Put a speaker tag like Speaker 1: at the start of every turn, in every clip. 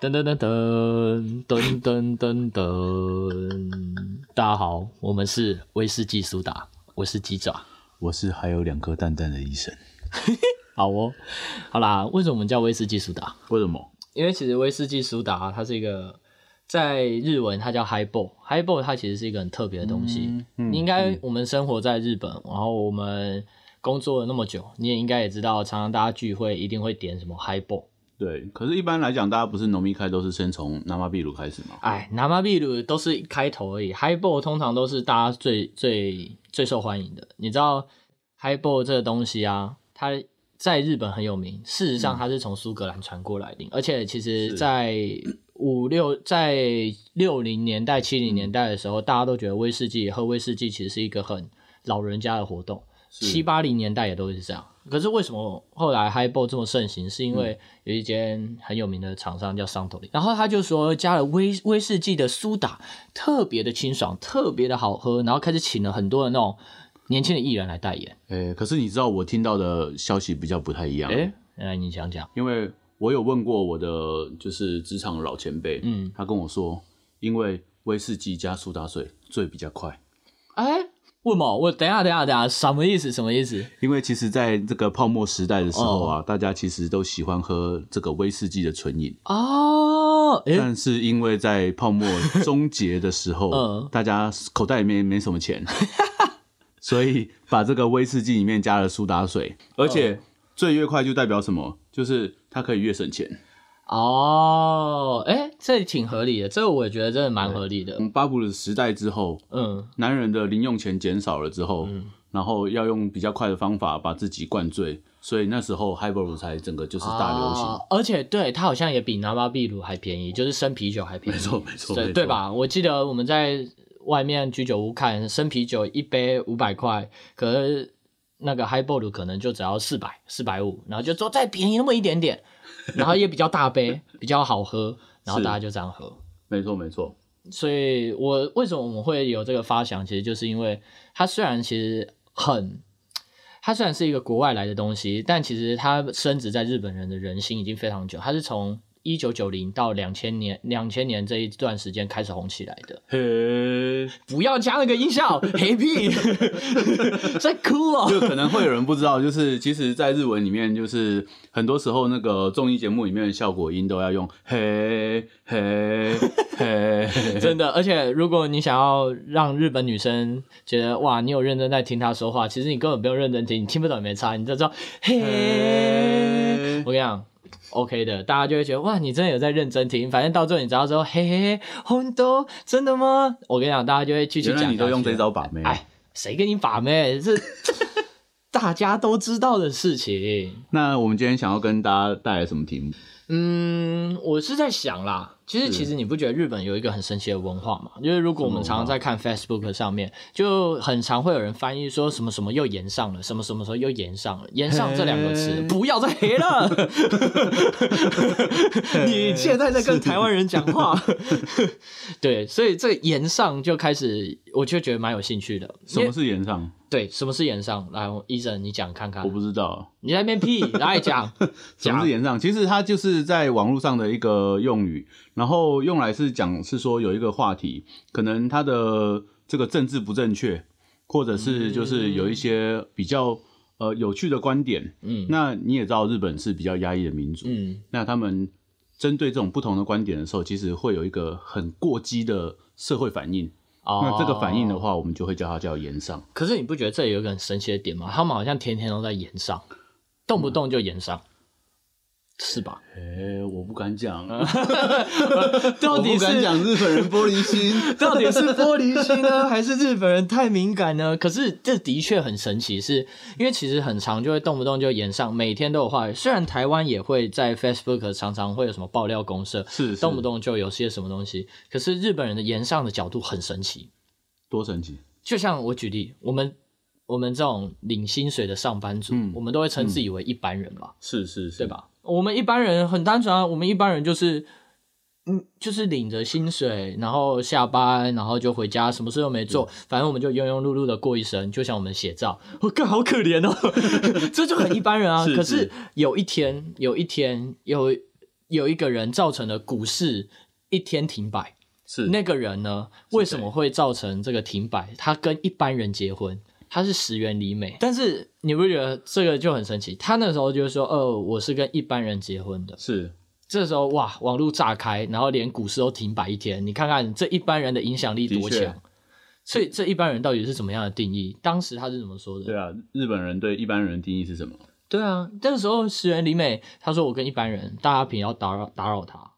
Speaker 1: 噔噔噔噔噔噔噔噔，大家好，我们是威士忌苏打，我是鸡爪。
Speaker 2: 我是还有两颗蛋蛋的医生。
Speaker 1: 好哦，好啦，为什么我们叫威士忌苏打？
Speaker 2: 为什么？
Speaker 1: 因为其实威士忌苏打啊它是一个在日文它叫 highball，highball 它其实是一个很特别的东西。
Speaker 2: 嗯
Speaker 1: 你应该我们生活在日本，然后我们工作了那么久，你也应该也知道，常常大家聚会一定会点什么 highball。
Speaker 2: 对，可是，一般来讲，大家不是农民开都是先从南马秘鲁开始吗？
Speaker 1: 哎，拿马秘鲁都是一开头而已，highball 通常都是大家最最最受欢迎的。你知道 highball 这个东西啊，它在日本很有名。事实上，它是从苏格兰传过来的，而且其实
Speaker 2: 是
Speaker 1: 在五六在六零年代、七零年代的时候，大家都觉得威士忌喝威士忌其实是一个很老人家的活动。七八零年代也都是这样。可是为什么后来 Highball 这么盛行？是因为有一间很有名的厂商叫桑托利，然后他就说加了威威士忌的苏打，特别的清爽，特别的好喝，然后开始请了很多的那种年轻的艺人来代言。
Speaker 2: 诶、可是你知道我听到的消息比较不太一样，
Speaker 1: 哎、来你讲讲，
Speaker 2: 因为我有问过我的就是职场老前辈，嗯，他跟我说，因为威士忌加苏打水醉比较快，
Speaker 1: 哎、问嘛？我等一下，等一下，等一下，什么意思？什么意思？
Speaker 2: 因为其实在这个泡沫时代的时候啊，大家其实都喜欢喝这个威士忌的纯饮，
Speaker 1: 哦，哎、
Speaker 2: 但是因为在泡沫终结的时候，
Speaker 1: 嗯
Speaker 2: 大家口袋里面没什么钱， 所以把这个威士忌里面加了苏打水，而且醉越快就代表什么？就是它可以越省钱。
Speaker 1: 哦，哎、这挺合理的，这个我也觉得真的蛮合理的。
Speaker 2: 嗯，巴布鲁时代之后，
Speaker 1: 嗯，
Speaker 2: 男人的零用钱减少了之后，然后要用比较快的方法把自己灌醉，所以那时候 Highball 才整个就是大流行。
Speaker 1: 哦而且对它好像也比南巴秘鲁还便宜，就是生啤酒还便宜，
Speaker 2: 没错没错没
Speaker 1: 对
Speaker 2: 错
Speaker 1: 对吧？我记得我们在外面居酒屋看生啤酒一杯五百块，可是那个 Highball 可能就只要四百四百五，然后就说再便宜那么一点点，然后也比较大杯，比较好喝，然后
Speaker 2: 是
Speaker 1: 大家就这样喝。
Speaker 2: 没错没错，
Speaker 1: 所以我为什么我们会有这个发想，其实就是因为它虽然其实很，它虽然是一个国外来的东西，但其实它深植在日本人的人心已经非常久，它是从一九九零到两千年，两千年这一段时间开始红起来的。
Speaker 2: 嘿，
Speaker 1: 不要加那个音 效，黑屁，在哭哦。
Speaker 2: 就可能会有人不知道，就是其实，在日文里面，就是很多时候那个综艺节目里面的效果音都要用嘿嘿嘿，
Speaker 1: 真的，而且如果你想要让日本女生觉得哇，你有认真在听她说话，其实你根本不用认真听，你听不懂也没差，你就知道嘿。
Speaker 2: 嘿
Speaker 1: 我跟你讲，OK 的，大家就会觉得哇，你真的有在认真听。反正到最后你知道之后，嘿嘿嘿，红豆真的吗？我跟你讲，大家就会继续
Speaker 2: 原
Speaker 1: 讲下
Speaker 2: 来
Speaker 1: 去。
Speaker 2: 你都用这招把妹，啊
Speaker 1: 哎，谁跟你把妹？这 大家都知道的事情。
Speaker 2: 那我们今天想要跟大家带来什么题目？
Speaker 1: 嗯，我是在想啦，其实其实你不觉得日本有一个很神奇的文化嘛？就是如果我们常常在看 Facebook 上面，就很常会有人翻译说什么什么又延上了，什么什么时候又延上了，延上这两个词
Speaker 2: 嘿
Speaker 1: 不要再黑 了。你现在在跟台湾人讲 话，对，所以这个延上就开始，我就觉得蛮有兴趣的。
Speaker 2: 什么是演唱？
Speaker 1: 对，什么是延上？来，医生你讲看看
Speaker 2: 我，不知道
Speaker 1: 你在那边屁来讲，
Speaker 2: 什么
Speaker 1: 讲
Speaker 2: 是演唱。其实它就是在网络上的一个用语，然后用来是讲是说有一个话题，可能它的这个政治不正确，或者是就是有一些比较呃有趣的观点。
Speaker 1: 嗯
Speaker 2: 那你也知道日本是比较压抑的民族，
Speaker 1: 嗯，
Speaker 2: 那他们针对这种不同的观点的时候，其实会有一个很过激的社会反应。
Speaker 1: 哦
Speaker 2: 那这个反应的话，我们就会叫它叫言上。
Speaker 1: 可是你不觉得这里有一个很神奇的点吗？他们好像天天都在延上，动不动就延上，是吧？
Speaker 2: 哎、我不敢讲，
Speaker 1: 啊 到底
Speaker 2: 我不敢
Speaker 1: 是
Speaker 2: 讲日本人玻璃心。
Speaker 1: 到底是玻璃心呢， 还是日本人太敏感呢？可是这的确很神奇是，因为其实很长就会动不动就延上，每天都有话语。虽然台湾也会在 Facebook 常常会有什么爆料公社，
Speaker 2: 是是
Speaker 1: 动不动就有些什么东西，可是日本人的延上的角度很神奇。
Speaker 2: 多神奇！
Speaker 1: 就像我举例，我们我们这种领薪水的上班族，
Speaker 2: 嗯
Speaker 1: 我们都会称自己为一般人吧。
Speaker 2: 是是是，
Speaker 1: 对？吧？我们一般人很单纯啊，我们一般人就是，嗯，就是领着薪水，然后下班，然后就回家，什么事都没做，反正我们就庸庸碌碌的过一生，就像我们写照， 我、干好可 怜哦，这就很一般人啊。
Speaker 2: 是
Speaker 1: 可
Speaker 2: 是
Speaker 1: 是有一天，有一天有有一个人造成了股市一天停摆。
Speaker 2: 是
Speaker 1: 那个人呢，
Speaker 2: 谁
Speaker 1: 为什么会造成这个停摆？他跟一般人结婚，他是石原里美，但是你不觉得这个就很神奇？他那时候就是说，哦，我是跟一般人结婚的。
Speaker 2: 是
Speaker 1: 这时候哇，网络炸开，然后连股市都停摆一天，你看看这一般人的影响力多
Speaker 2: 的确
Speaker 1: 强。所以这一般人到底是怎么样的定义？当时他是怎么说的？
Speaker 2: 对啊，日本人对一般人的定义是什么？
Speaker 1: 对啊，那时候石原里美她说我跟一般人，大家不要打扰打扰她。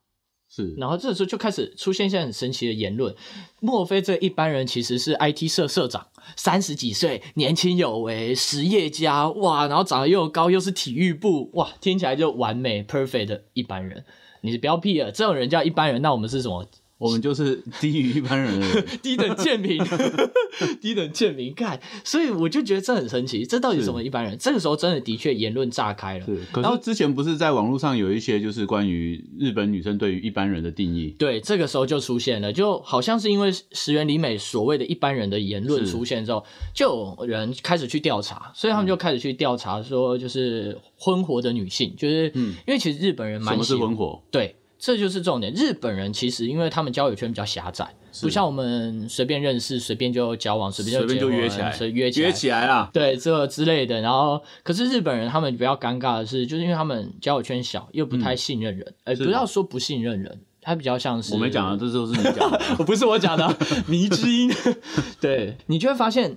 Speaker 2: 是
Speaker 1: 然后这时候就开始出现一些很神奇的言论，莫非这一般人其实是 IT 社社长，三十几岁，年轻有为，实业家哇，然后长得又高，又是体育部哇，听起来就完美 perfect 的一般人。你不要屁啊了，这种人叫一般人，那我们是什么
Speaker 2: 我们就是低于一般人的 人。
Speaker 1: 低等贱民， 低等贱民干？所以我就觉得这很神奇，这到底什么一般人？这个时候真的的确言论炸开了，
Speaker 2: 是，可
Speaker 1: 然后
Speaker 2: 是之前不是在网络上有一些就是关于日本女生对于一般人的定义，
Speaker 1: 对，这个时候就出现了，就好像是因为石原里美所谓的一般人的言论
Speaker 2: 是嗯
Speaker 1: 出现之后，就有人开始去调查，所以他们就开始去调查说，就是婚活的女性，就是、因为其实日本人
Speaker 2: 嗯什
Speaker 1: 蛮
Speaker 2: 么
Speaker 1: 喜
Speaker 2: 是
Speaker 1: 欢
Speaker 2: 婚火？
Speaker 1: 对，这就是重点。日本人其实因为他们交友圈比较狭窄，
Speaker 2: 是
Speaker 1: 不像我们随便认识、随便就交往、随便
Speaker 2: 随便
Speaker 1: 就
Speaker 2: 就
Speaker 1: 结婚
Speaker 2: 约起来，
Speaker 1: 随呃约起来啊
Speaker 2: 约。起来啦。
Speaker 1: 对，这之类的，然后可是日本人他们比较尴尬的是，就是因为他们交友圈小，又不太信任人，呃、
Speaker 2: 嗯是
Speaker 1: 不要说不信任人，他比较像是
Speaker 2: 我没讲啊，，这都是你讲的。
Speaker 1: 不是我 讲的啊，迷之音。 对你就会发现，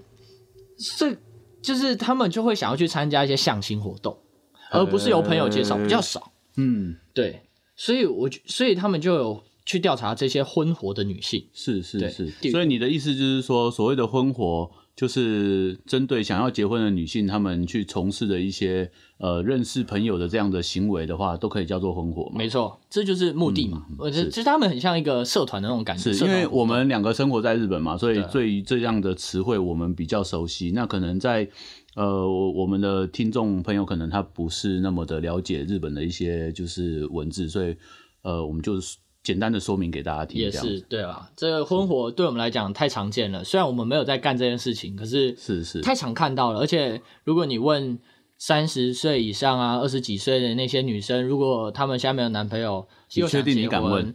Speaker 1: 这就是他们就会想要去参加一些相亲活动，而不是由朋友介绍，
Speaker 2: 呃
Speaker 1: 比较少。
Speaker 2: 嗯，
Speaker 1: 对，所以我就所以他们就有去调查这些婚活的女性。
Speaker 2: 是是
Speaker 1: 对
Speaker 2: 是。
Speaker 1: 第
Speaker 2: 所以你的意思就是说，所谓的婚火，就是针对想要结婚的女性，她们去从事的一些呃认识朋友的这样的行为的话，都可以叫做婚火嘛？
Speaker 1: 没错，这就是目的嘛。我觉得
Speaker 2: 嗯是
Speaker 1: 就是他们很像一个社团的那种感觉，
Speaker 2: 是
Speaker 1: 社
Speaker 2: 因
Speaker 1: 团
Speaker 2: 为
Speaker 1: 活动
Speaker 2: 我们两个生活在日本嘛，所以
Speaker 1: 对啊
Speaker 2: 对于这样的词汇我们比较熟悉。那可能在呃，我我们的听众朋友可能他不是那么的了解日本的一些就是文字，所以呃，我们就是简单的说明给大家听。
Speaker 1: 也
Speaker 2: 这样
Speaker 1: 是对吧？这个婚活对我们来讲太常见了，虽然我们没有在干这件事情，可是
Speaker 2: 是是
Speaker 1: 太常看到了。而且如果你问三十岁以上啊、二十几岁的那些女生，如果她们现在没有男朋友，又想
Speaker 2: 确定你
Speaker 1: 结
Speaker 2: 敢
Speaker 1: 婚
Speaker 2: 问？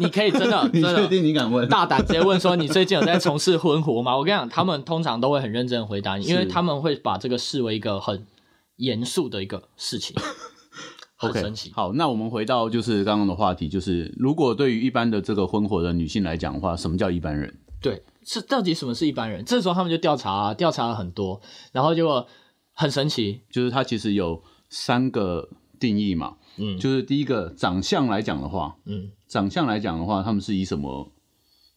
Speaker 1: 你可以真的真的
Speaker 2: 你敢问
Speaker 1: 大胆直接问说：“你最近有在从事婚活吗？”我跟你讲，他们通常都会很认真地回答你，因为
Speaker 2: 是
Speaker 1: 他们会把这个视为一个很严肃的一个事 情，很
Speaker 2: OK，
Speaker 1: 神奇。
Speaker 2: 好，那我们回到就是刚刚的话题，就是如果对于一般的这个婚火的女性来讲的话，什么叫一般人？
Speaker 1: 对，是到底什么是一般人？这时候他们就调查、调查了很多，然后结果很神奇，
Speaker 2: 就是它其实有三个定义嘛。
Speaker 1: 嗯
Speaker 2: 就是第一个长相来讲的话，
Speaker 1: 嗯，
Speaker 2: 长相来讲的话，他们是以什么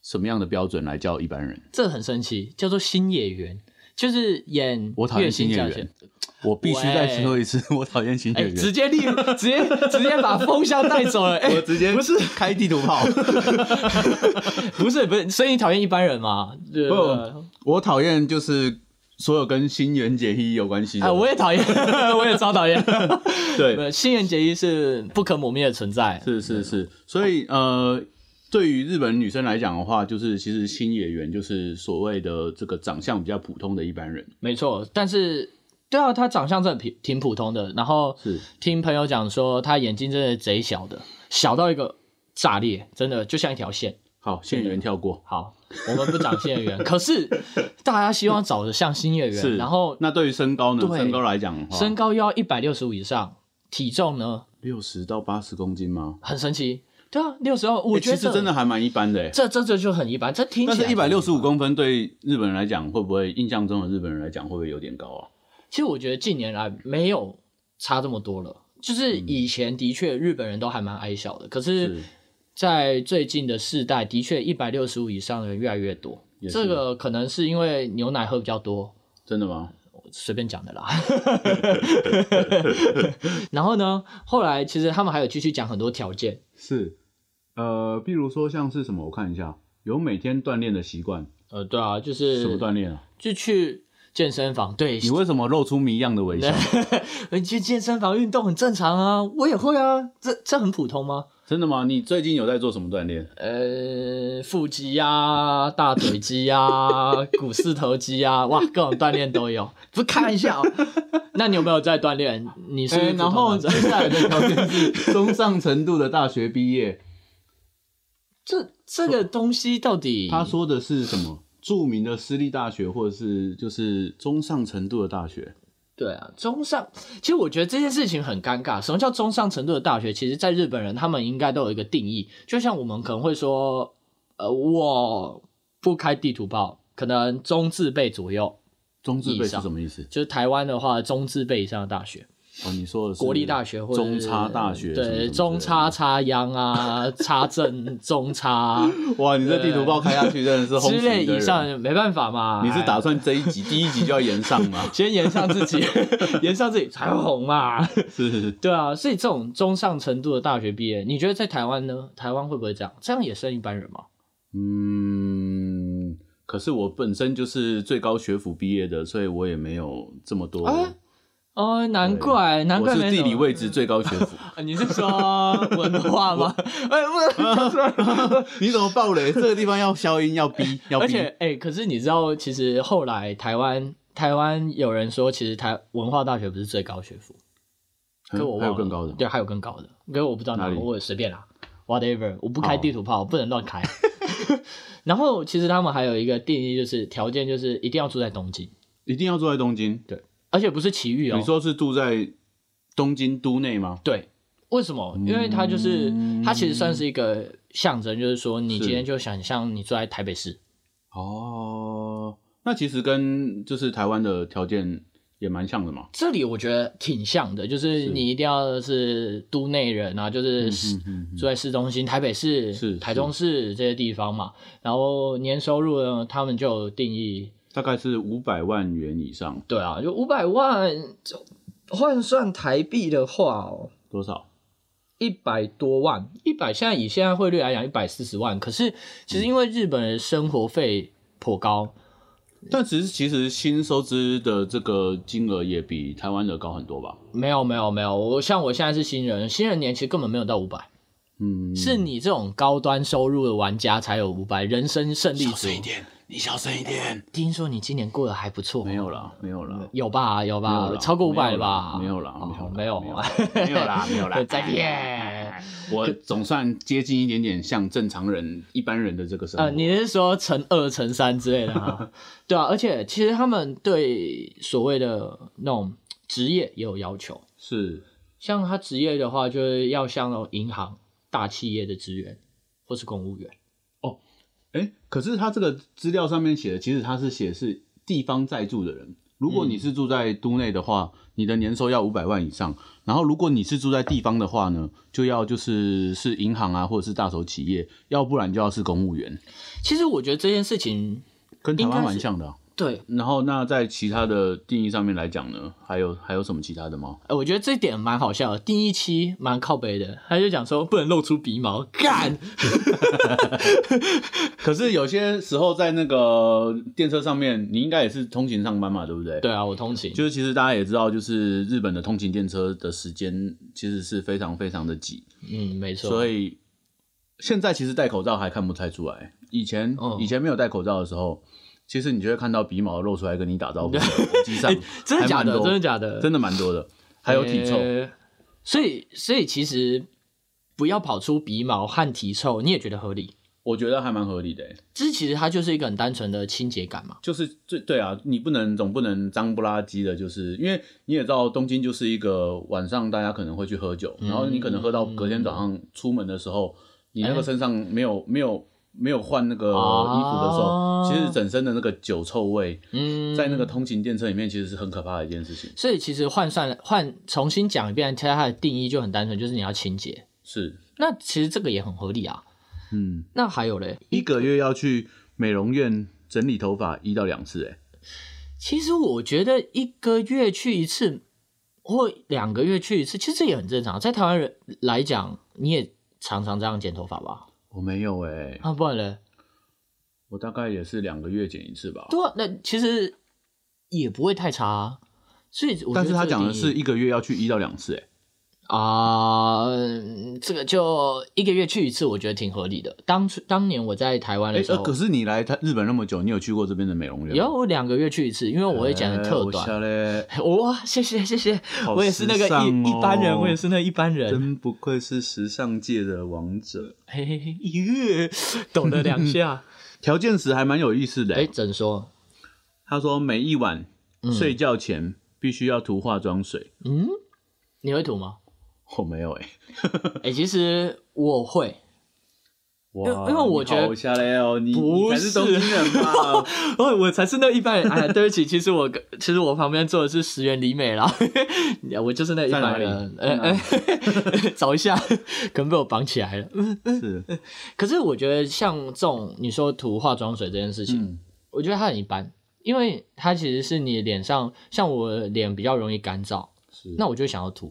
Speaker 2: 什么样的标准来叫一般人？
Speaker 1: 这很神奇，叫做新演员，就是演
Speaker 2: 我讨厌
Speaker 1: 月薪
Speaker 2: 新演
Speaker 1: 小
Speaker 2: 员
Speaker 1: 姐，
Speaker 2: 我必须再说一次，我讨厌新
Speaker 1: 哎、
Speaker 2: 演员
Speaker 1: 直。接立，直接直接把风向带走了，哎、
Speaker 2: 我直接
Speaker 1: 不是
Speaker 2: 开地图 炮，
Speaker 1: 不是不是，所以你讨厌一般人嘛？对
Speaker 2: 不我讨厌就是所有跟新垣结衣有关系的。
Speaker 1: 哎，我也讨厌， 我也超讨厌。
Speaker 2: 对，
Speaker 1: 对，新垣结衣是不可磨灭的存在。
Speaker 2: 是是是，所以呃，对于日本女生来讲的话，就是其实新演员就是所谓的这个长相比较普通的一般人。
Speaker 1: 没错，但是对啊，他长相真的挺挺普通的。然后
Speaker 2: 是
Speaker 1: 听朋友讲说，他眼睛真的贼小的，小到一个炸裂，真的就像一条线。
Speaker 2: 好，新演员跳过。
Speaker 1: 好，我们不讲新演 员，可是大家希望找的像新演员，
Speaker 2: 是，
Speaker 1: 然后
Speaker 2: 哦那对于身高呢？
Speaker 1: 对
Speaker 2: 身高来讲的话，
Speaker 1: 身高又要一百六十五以上，体重呢
Speaker 2: 六十到八十公斤吗？
Speaker 1: 很神奇。对啊，六十二，我
Speaker 2: 欸
Speaker 1: 觉得
Speaker 2: 其实真的还蛮一般的欸。
Speaker 1: 这这这就很一般，这听起
Speaker 2: 但
Speaker 1: 来
Speaker 2: 是，一
Speaker 1: 很
Speaker 2: 百六十
Speaker 1: 一
Speaker 2: 五
Speaker 1: 般
Speaker 2: 公分对日本人来讲，会不会印象中的日本人来讲，会不会有点高啊？
Speaker 1: 其实我觉得近年来没有差这么多了，就是
Speaker 2: 嗯
Speaker 1: 以前的确日本人都还蛮矮小的，可是，在最近的世代，的确一百六十五以上的人越来越多
Speaker 2: 也。是
Speaker 1: 这个可能是因为牛奶喝比较多，
Speaker 2: 真的吗？
Speaker 1: 随便讲的啦。 然后呢，后来其实他们还有继续讲很多条件，
Speaker 2: 是，呃，比如说像是什么，我看一下，有每天锻炼的习惯，
Speaker 1: 呃，对啊，就
Speaker 2: 什么
Speaker 1: 是
Speaker 2: 锻炼啊？
Speaker 1: 就去健身房，对，
Speaker 2: 你为什么露出谜样的微笑？
Speaker 1: 你去健身房运动很正常啊，我也会啊，这这很普通吗？
Speaker 2: 真的吗？你最近有在做什么锻炼？
Speaker 1: 呃，腹肌啊，大腿肌啊，股四头肌啊，哇，各种锻炼都有，不是开玩笑。 那你有没有在锻炼？你是、
Speaker 2: 哎然后接下来的条件是中上程度的大学毕业。
Speaker 1: 这这个东西到底
Speaker 2: 他说的是什么？著名的私立大学，或者是就是中上程度的大学，
Speaker 1: 对啊，中上，其实我觉得这件事情很尴尬。什么叫中上程度的大学？其实，在日本人他们应该都有一个定义，就像我们可能会说，呃，我不开地图炮，可能中字辈左右，
Speaker 2: 中字
Speaker 1: 以
Speaker 2: 辈是
Speaker 1: 上
Speaker 2: 什么意思？
Speaker 1: 就是台湾的话，中字辈以上的大学，
Speaker 2: 哦，你说的是
Speaker 1: 国立大学或者
Speaker 2: 中差大学，什么什么之类
Speaker 1: 对，
Speaker 2: 的
Speaker 1: 中差。插秧啊， 插政中差
Speaker 2: 哇，你这地图炮开下去真的是
Speaker 1: 之类
Speaker 2: 轰死一堆
Speaker 1: 以
Speaker 2: 人。
Speaker 1: 上，没办法嘛。？
Speaker 2: 你是打算这一集第一集就要延上吗
Speaker 1: 先延上自己， 延上自己才会红嘛。
Speaker 2: 是是是，
Speaker 1: 对啊，所以这种中上程度的大学毕业，你觉得在台湾呢？台湾会不会这样？这样也算一般人吗？
Speaker 2: 嗯，可是我本身就是最高学府毕业的，所以我也没有这么多。
Speaker 1: 啊哦，难怪，难
Speaker 2: 我
Speaker 1: 怪
Speaker 2: 是
Speaker 1: 没
Speaker 2: 地理
Speaker 1: 什么
Speaker 2: 位置最高学府。
Speaker 1: 啊你是说文化吗？ 哎，不能讲出来。
Speaker 2: 你怎么爆 雷？这个地方要消音，要 逼，要逼。
Speaker 1: 而且，哎、可是你知道，其实后来台湾台湾有人说，其实台文化大学不是最高学府，可我忘了
Speaker 2: 嗯还有更高的吗，
Speaker 1: 对，还有更高的，可是我不知道哪
Speaker 2: 哪
Speaker 1: 里，
Speaker 2: 里
Speaker 1: 我也随便啦，whatever，我不开
Speaker 2: 好
Speaker 1: 地图炮，我不能乱 开。然后其实他们还有一个定义，就是条件就是一定要住在东京，
Speaker 2: 一定要住在东京。
Speaker 1: 而且不是奇遇哦。
Speaker 2: 你说是住在东京都内吗？
Speaker 1: 对？为什么？
Speaker 2: 嗯
Speaker 1: 因为它就是、它其实算是一个象征，就是说你
Speaker 2: 是
Speaker 1: 今天就想象你住在台北市，
Speaker 2: 哦，那其实跟就是台湾的条件也蛮像的嘛。
Speaker 1: 这里我觉得挺像的，就是
Speaker 2: 是
Speaker 1: 你一定要是都内人啊，就是市
Speaker 2: 嗯嗯
Speaker 1: 住在市中心，台北市、
Speaker 2: 是
Speaker 1: 台中市这些地方嘛。然后年收入呢，他们就有定义，
Speaker 2: 大概是五百万元以上，
Speaker 1: 对啊，就五百万，就换算台币的话、哦，
Speaker 2: 多少？
Speaker 1: 一百多万，一百现在以现在汇率来讲，一百四十万。可是其实因为日本的生活费颇高，
Speaker 2: 但其实其实新收支的这个金额也比台湾的高很多吧？
Speaker 1: 没有没有没有，我像我现在是新人，新人年其实根本没有到五百。
Speaker 2: 嗯，
Speaker 1: 是你这种高端收入的玩家才有五百，人生胜利组。
Speaker 2: 点，你小声一点。
Speaker 1: 听说你今年过得还不错，
Speaker 2: 没有啦，没有啦，
Speaker 1: 有吧？有
Speaker 2: 没有
Speaker 1: 吧？
Speaker 2: 啦
Speaker 1: 超过五百了吧？
Speaker 2: 没有啦
Speaker 1: 哦，
Speaker 2: 没 有
Speaker 1: 没。
Speaker 2: 啦，没有啦，没有啦，没有啦
Speaker 1: 哎再见。
Speaker 2: 我总算接近一点点像正常人、一般人的这个生
Speaker 1: 呃，
Speaker 2: 活。
Speaker 1: 你是说乘二、乘三之类的 吗？对啊，而且其实他们对所谓的那种职业也有要求，
Speaker 2: 是
Speaker 1: 像他职业的话，就是要像那种银行、大企业的职员或是公务员。
Speaker 2: 哎、可是他这个资料上面写的，其实他是写是地方在住的人。如
Speaker 1: 嗯
Speaker 2: 果你是住在都内的话，你的年收要五百万以上。然后如果你是住在地方的话呢，就要就是是银行啊，或者是大手企业，要不然就要是公务员，
Speaker 1: 其实我觉得这件事情，
Speaker 2: 跟台
Speaker 1: 应
Speaker 2: 湾
Speaker 1: 该是
Speaker 2: 蛮像的啊、
Speaker 1: 对
Speaker 2: 然后那在其他的定义上面来讲呢，还有还有什么其他的吗？
Speaker 1: 哎，我觉得这一点蛮好笑的。第一期蛮靠北的，他就讲说不能露出鼻毛，干，
Speaker 2: 嗯可是有些时候在那个电车上面，你应该也是通勤上班嘛，对不对？
Speaker 1: 对啊，我通勤，
Speaker 2: 就是其实大家也知道，就是日本的通勤电车的时间其实是非常非常的挤，
Speaker 1: 嗯，没错，
Speaker 2: 所
Speaker 1: 以
Speaker 2: 以现在其实戴口罩还看不太出来。以前、
Speaker 1: 嗯
Speaker 2: 以前没有戴口罩的时候，其实你就会看到鼻毛露出来跟你 打招呼的，飞机上
Speaker 1: 真的假的？
Speaker 2: 还蛮多
Speaker 1: 真的假的？
Speaker 2: 真的蛮多的，还有体臭。
Speaker 1: 呃所以，所以其实不要跑出鼻毛和体臭，你也觉得合理。
Speaker 2: 我觉得还蛮合理的欸、
Speaker 1: 这其实它就是一个很单纯的清洁感嘛。
Speaker 2: 就是最对啊，你不能总不能脏不拉几的，就是因为你也知道东京就是一个晚上大家可能会去喝酒，然后你可能喝到隔天早上出门的时候，你那个身上没有没有没有换那个衣服的时候，
Speaker 1: 啊
Speaker 2: 其实整身的那个酒臭味，
Speaker 1: 嗯，
Speaker 2: 在那个通勤电车里面其实是很可怕的一件事情。
Speaker 1: 所以其实换算换重新讲一遍，其实它的定义就很单纯，就是你要清洁。
Speaker 2: 是，
Speaker 1: 那其实这个也很合理啊。
Speaker 2: 嗯，
Speaker 1: 那还有嘞，
Speaker 2: 一个月要去美容院整理头发一到两次、欸，哎，
Speaker 1: 其实我觉得一个月去一次或两个月去一次，其实这也很正常。在台湾人来讲，你也常常这样剪头发吧？
Speaker 2: 我没有哎、
Speaker 1: 啊，不然嘞？
Speaker 2: 我大概也是两个月剪一次吧。
Speaker 1: 对啊，那其实也不会太差啊、所以我觉得
Speaker 2: 但是他
Speaker 1: 这个
Speaker 2: 讲的
Speaker 1: 定义
Speaker 2: 是一个月要去一到两次、欸，
Speaker 1: 啊、嗯这个就一个月去一次，我觉得挺合理的。当初当年我在台湾
Speaker 2: 哎、
Speaker 1: 的时
Speaker 2: 呃
Speaker 1: 候，
Speaker 2: 可是你来他日本那么久，你有去过这边的美容院吗？
Speaker 1: 有我两个月去一次，因为我会讲的特短。
Speaker 2: 哎我晓得
Speaker 1: 哇、谢谢谢谢，
Speaker 2: 好
Speaker 1: 我也是那个
Speaker 2: 时尚
Speaker 1: 一、
Speaker 2: 哦
Speaker 1: 一般人，我也是那个一般人。
Speaker 2: 真不愧是时尚界的王者。
Speaker 1: 嘿嘿嘿，咦抖了两下。
Speaker 2: 条件时还蛮有意思 的、
Speaker 1: 哎、
Speaker 2: 欸
Speaker 1: 怎说？
Speaker 2: 他说每一晚睡觉前必须要涂化妆水。
Speaker 1: 嗯，你会吐吗？
Speaker 2: 我、没有哎、欸，
Speaker 1: 哎、其实我会，
Speaker 2: 哇
Speaker 1: 因为因为我觉得
Speaker 2: 你好下来哦，你
Speaker 1: 不
Speaker 2: 你才是东京 人吧？
Speaker 1: 哦，我才是那一般人。哎呀，对不起，其实我跟其实我旁边坐的是石原里美啦， 我就是那一
Speaker 2: 在哪
Speaker 1: 般
Speaker 2: 里
Speaker 1: 人。哎
Speaker 2: 在哪里
Speaker 1: 找一下，可能被我绑起来了。
Speaker 2: 是，
Speaker 1: 可是我觉得像这种你说涂化妆水这件事情，
Speaker 2: 嗯，
Speaker 1: 我觉得它很一般，因为它其实是你脸上，像我脸比较容易干燥，
Speaker 2: 是
Speaker 1: 那我就想要涂，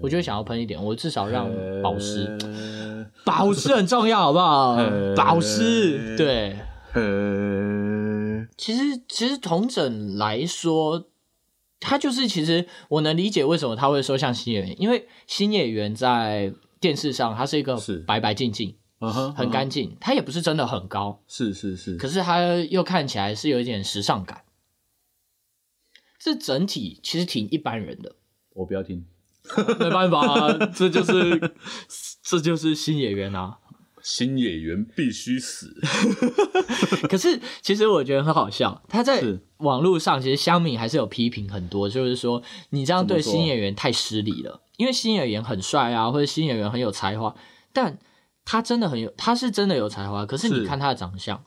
Speaker 1: 我就想要喷一点，我至少让保湿，
Speaker 2: 呃
Speaker 1: 保湿很重要，好不 好
Speaker 2: 呃？
Speaker 1: 保湿，对。
Speaker 2: 呃，
Speaker 1: 其实，其实同整来说，他就是其实我能理解为什么他会说像新演员，因为新演员在电视上他是一个
Speaker 2: 是
Speaker 1: 白白净净、
Speaker 2: 啊哈
Speaker 1: 很，
Speaker 2: 啊哈
Speaker 1: 干净，他也不是真的很高，
Speaker 2: 是是是，
Speaker 1: 可是他又看起来是有一点时尚感。这整体其实挺一般人的，
Speaker 2: 我不要听，
Speaker 1: 没办法、啊，这就是 这就是新演员啊。
Speaker 2: 新演员必须死。
Speaker 1: 可是其实我觉得很好笑，他在
Speaker 2: 是
Speaker 1: 网络上其实乡民还是有批评很多，就是说你这样对
Speaker 2: 怎么说
Speaker 1: 新演员太失礼了，因为新演员很帅啊，或者新演员很有才华，但他真的很有，他是真的有才华，可是
Speaker 2: 是
Speaker 1: 你看他的长相，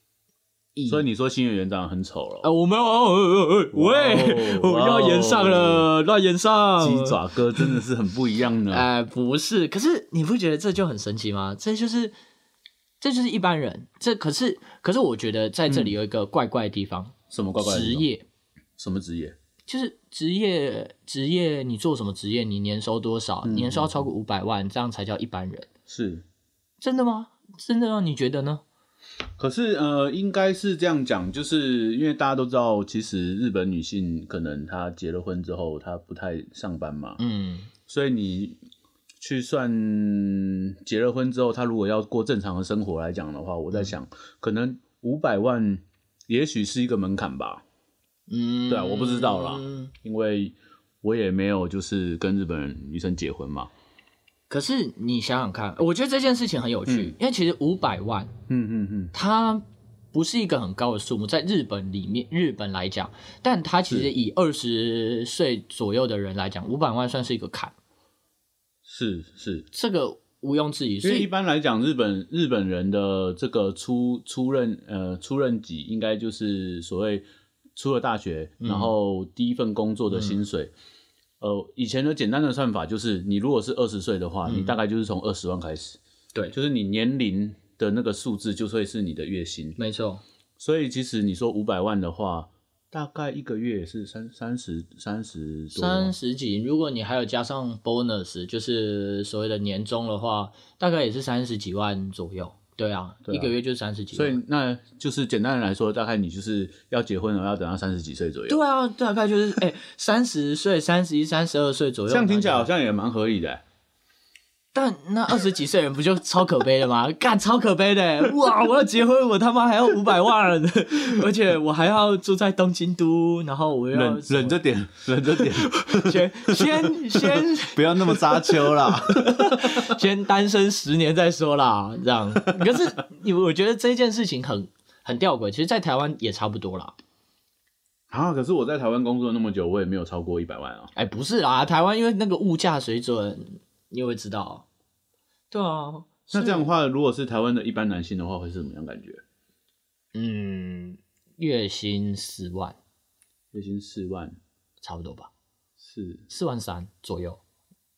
Speaker 2: 所以你说新演员长得很丑了，
Speaker 1: 呃，我没有，呃呃呃喂，
Speaker 2: 哇哦
Speaker 1: 我又要延上了，乱延上，
Speaker 2: 鸡爪哥真的是很不一样 呢。
Speaker 1: 哎、不是，可是你不觉得这就很神奇吗？这就是，这就是一般人，这可是，可是我觉得在
Speaker 2: 嗯
Speaker 1: 这里有一个怪怪的地方，
Speaker 2: 什么怪怪的
Speaker 1: 职
Speaker 2: 地方？
Speaker 1: 业。
Speaker 2: 什么职业？
Speaker 1: 就是职业职业，你做什么职业，你年收多少，年收要超过五百万，这样才叫一般人。
Speaker 2: 是，
Speaker 1: 真的吗？真的吗？你觉得呢？
Speaker 2: 可是呃，应该是这样讲，就是因为大家都知道，其实日本女性可能她结了婚之后，她不太上班嘛，
Speaker 1: 嗯，
Speaker 2: 所以你去算结了婚之后，她如果要过正常的生活来讲的话，我在想，可能五百万也许是一个门槛吧，
Speaker 1: 嗯，
Speaker 2: 对啊我不知道啦因为我也没有就是跟日本女生结婚嘛，
Speaker 1: 可是你想想看，我觉得这件事情很有趣，因为其实五百万
Speaker 2: 嗯嗯嗯，
Speaker 1: 它不是一个很高的数目，在日本里面，日本来讲，但它其实
Speaker 2: 是
Speaker 1: 以二十岁左右的人来讲，五百万算是一个坎，
Speaker 2: 是是，
Speaker 1: 这个毋庸置疑。所
Speaker 2: 因为一
Speaker 1: 以
Speaker 2: 般来讲，日本日本人的这个出出任呃出任级，应该就是所谓出了大学，然后第一份工作的薪水。呃，以前的简单的算法就是，你如果是二十岁的话，你大概就是从二十万开始，
Speaker 1: 对，
Speaker 2: 就是你年龄的那个数字就会是你的月薪。
Speaker 1: 没错，
Speaker 2: 所以其实你说五百万的话，大概一个月也是三三十三十多吗，
Speaker 1: 三十几，如果你还有加上 bonus，就是所谓的年终的话，大概也是三十几万左右。对啊，
Speaker 2: 对啊
Speaker 1: 一个月就三十几万。
Speaker 2: 所以那就是简单的来说，大概你就是要结婚了，要等到三十几岁左右。
Speaker 1: 对啊，大概就是哎，三十岁、三十一、三十二岁左右。
Speaker 2: 这样听起来好，像也蛮合理的、欸
Speaker 1: 但那二十几岁人不就超可悲的吗？干，超可悲的！欸哇，我要结婚，我他妈还要五百万，而且我还要住在东京都，然后我又要
Speaker 2: 忍忍着点，忍着点，
Speaker 1: 先先先
Speaker 2: 不要那么扎秋 啦。
Speaker 1: 先单身十年再说啦，这样。可是你，我觉得这件事情很很吊诡，其实，在台湾也差不多啦。
Speaker 2: 啊，可是我在台湾工作那么久，我也没有超过一百万啊。
Speaker 1: 哎，不是啦，台湾因为那个物价水准，你也会知道。对啊，
Speaker 2: 那这样的话，如果是台湾的一般男性的话，会是什么样感觉？
Speaker 1: 嗯，月薪四万，
Speaker 2: 月薪四万
Speaker 1: 差不多吧，
Speaker 2: 是，
Speaker 1: 四万三左右。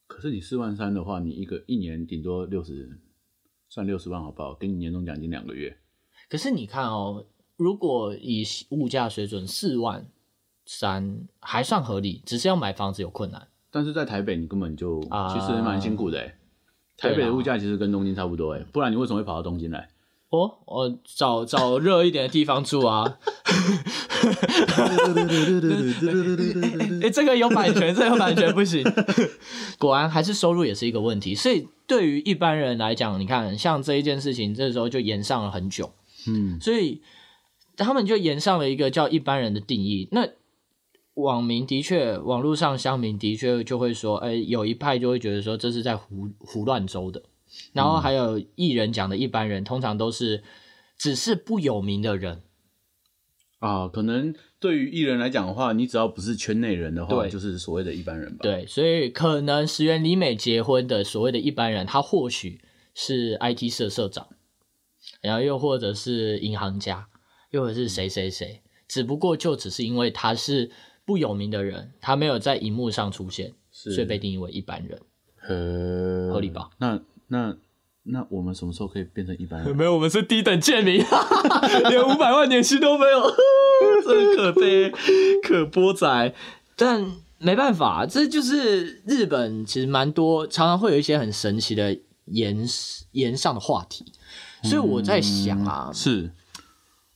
Speaker 2: 可是你四万三的话，你一个一年顶多六十，算六十万好不好？给你年终奖金两个月，
Speaker 1: 可是你看哦，如果以物价水准四万三还算合理，只是要买房子有困难。
Speaker 2: 但是在台北你根本就、
Speaker 1: 啊
Speaker 2: 其实蛮辛苦的、欸。
Speaker 1: 对
Speaker 2: 台
Speaker 1: 啦
Speaker 2: 北的物价其实跟东京差不多哎、不然你为什么会跑到东京来？
Speaker 1: 哦，我找找热一点的地方住啊。哎、这个有版权，这个有版权不行。 果然还是收入也是一个问题，所以对于一般人来讲，你看像这一件事情，这时候就延上了很久。
Speaker 2: 嗯，
Speaker 1: 所以他们就延上了一个叫一般人的定义。那网民的确，网络上乡民的确就会说，哎、有一派就会觉得说这是在胡胡乱诌的。然后还有艺人讲的一般人，通常都是只是不有名的人，
Speaker 2: 啊，可能对于艺人来讲的话，你只要不是圈内人的话，
Speaker 1: 对
Speaker 2: 就是所谓的一般人吧。，
Speaker 1: 对，所以可能石原里美结婚的所谓的一般人，他或许是 IT 社社长，然后又或者是银行家，又或者是
Speaker 2: 嗯
Speaker 1: 谁谁谁，只不过就只是因为他是不有名的人，他没有在荧幕上出现，
Speaker 2: 是
Speaker 1: 所以被定义为一般人，
Speaker 2: 呃
Speaker 1: 合理吧？
Speaker 2: 那那那我们什么时候可以变成一般人？
Speaker 1: 没有，我们是低等贱民， 连五百万年薪都没有， 真可悲，可波仔。但没办法，这就是日本其实蛮多，常常会有一些很神奇的言言上的话题。所以我在想啊，
Speaker 2: 是，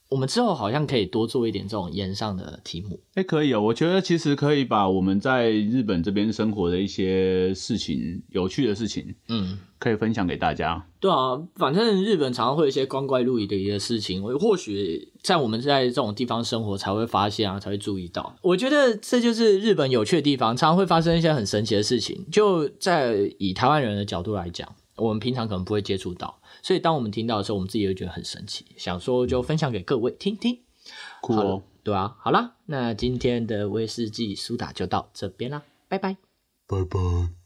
Speaker 1: 我们之后好像可以多做一点这种言上的题目。
Speaker 2: 哎、可以哦。我觉得其实可以把我们在日本这边生活的一些事情、有趣的事情，
Speaker 1: 嗯，
Speaker 2: 可以分享给大家。
Speaker 1: 对啊，反正日本常常会有一些光怪陆离的一些事情，我或许在我们在这种地方生活才会发现啊，才会注意到。我觉得这就是日本有趣的地方，常常会发生一些很神奇的事情。就在以台湾人的角度来讲，我们平常可能不会接触到，所以当我们听到的时候，我们自己也会觉得很神奇，想说就分享给各位听听。
Speaker 2: 酷
Speaker 1: 好
Speaker 2: 哦
Speaker 1: 了，，对啊，好啦，那今天的威士忌苏打就到这边啦，拜拜。
Speaker 2: 拜拜。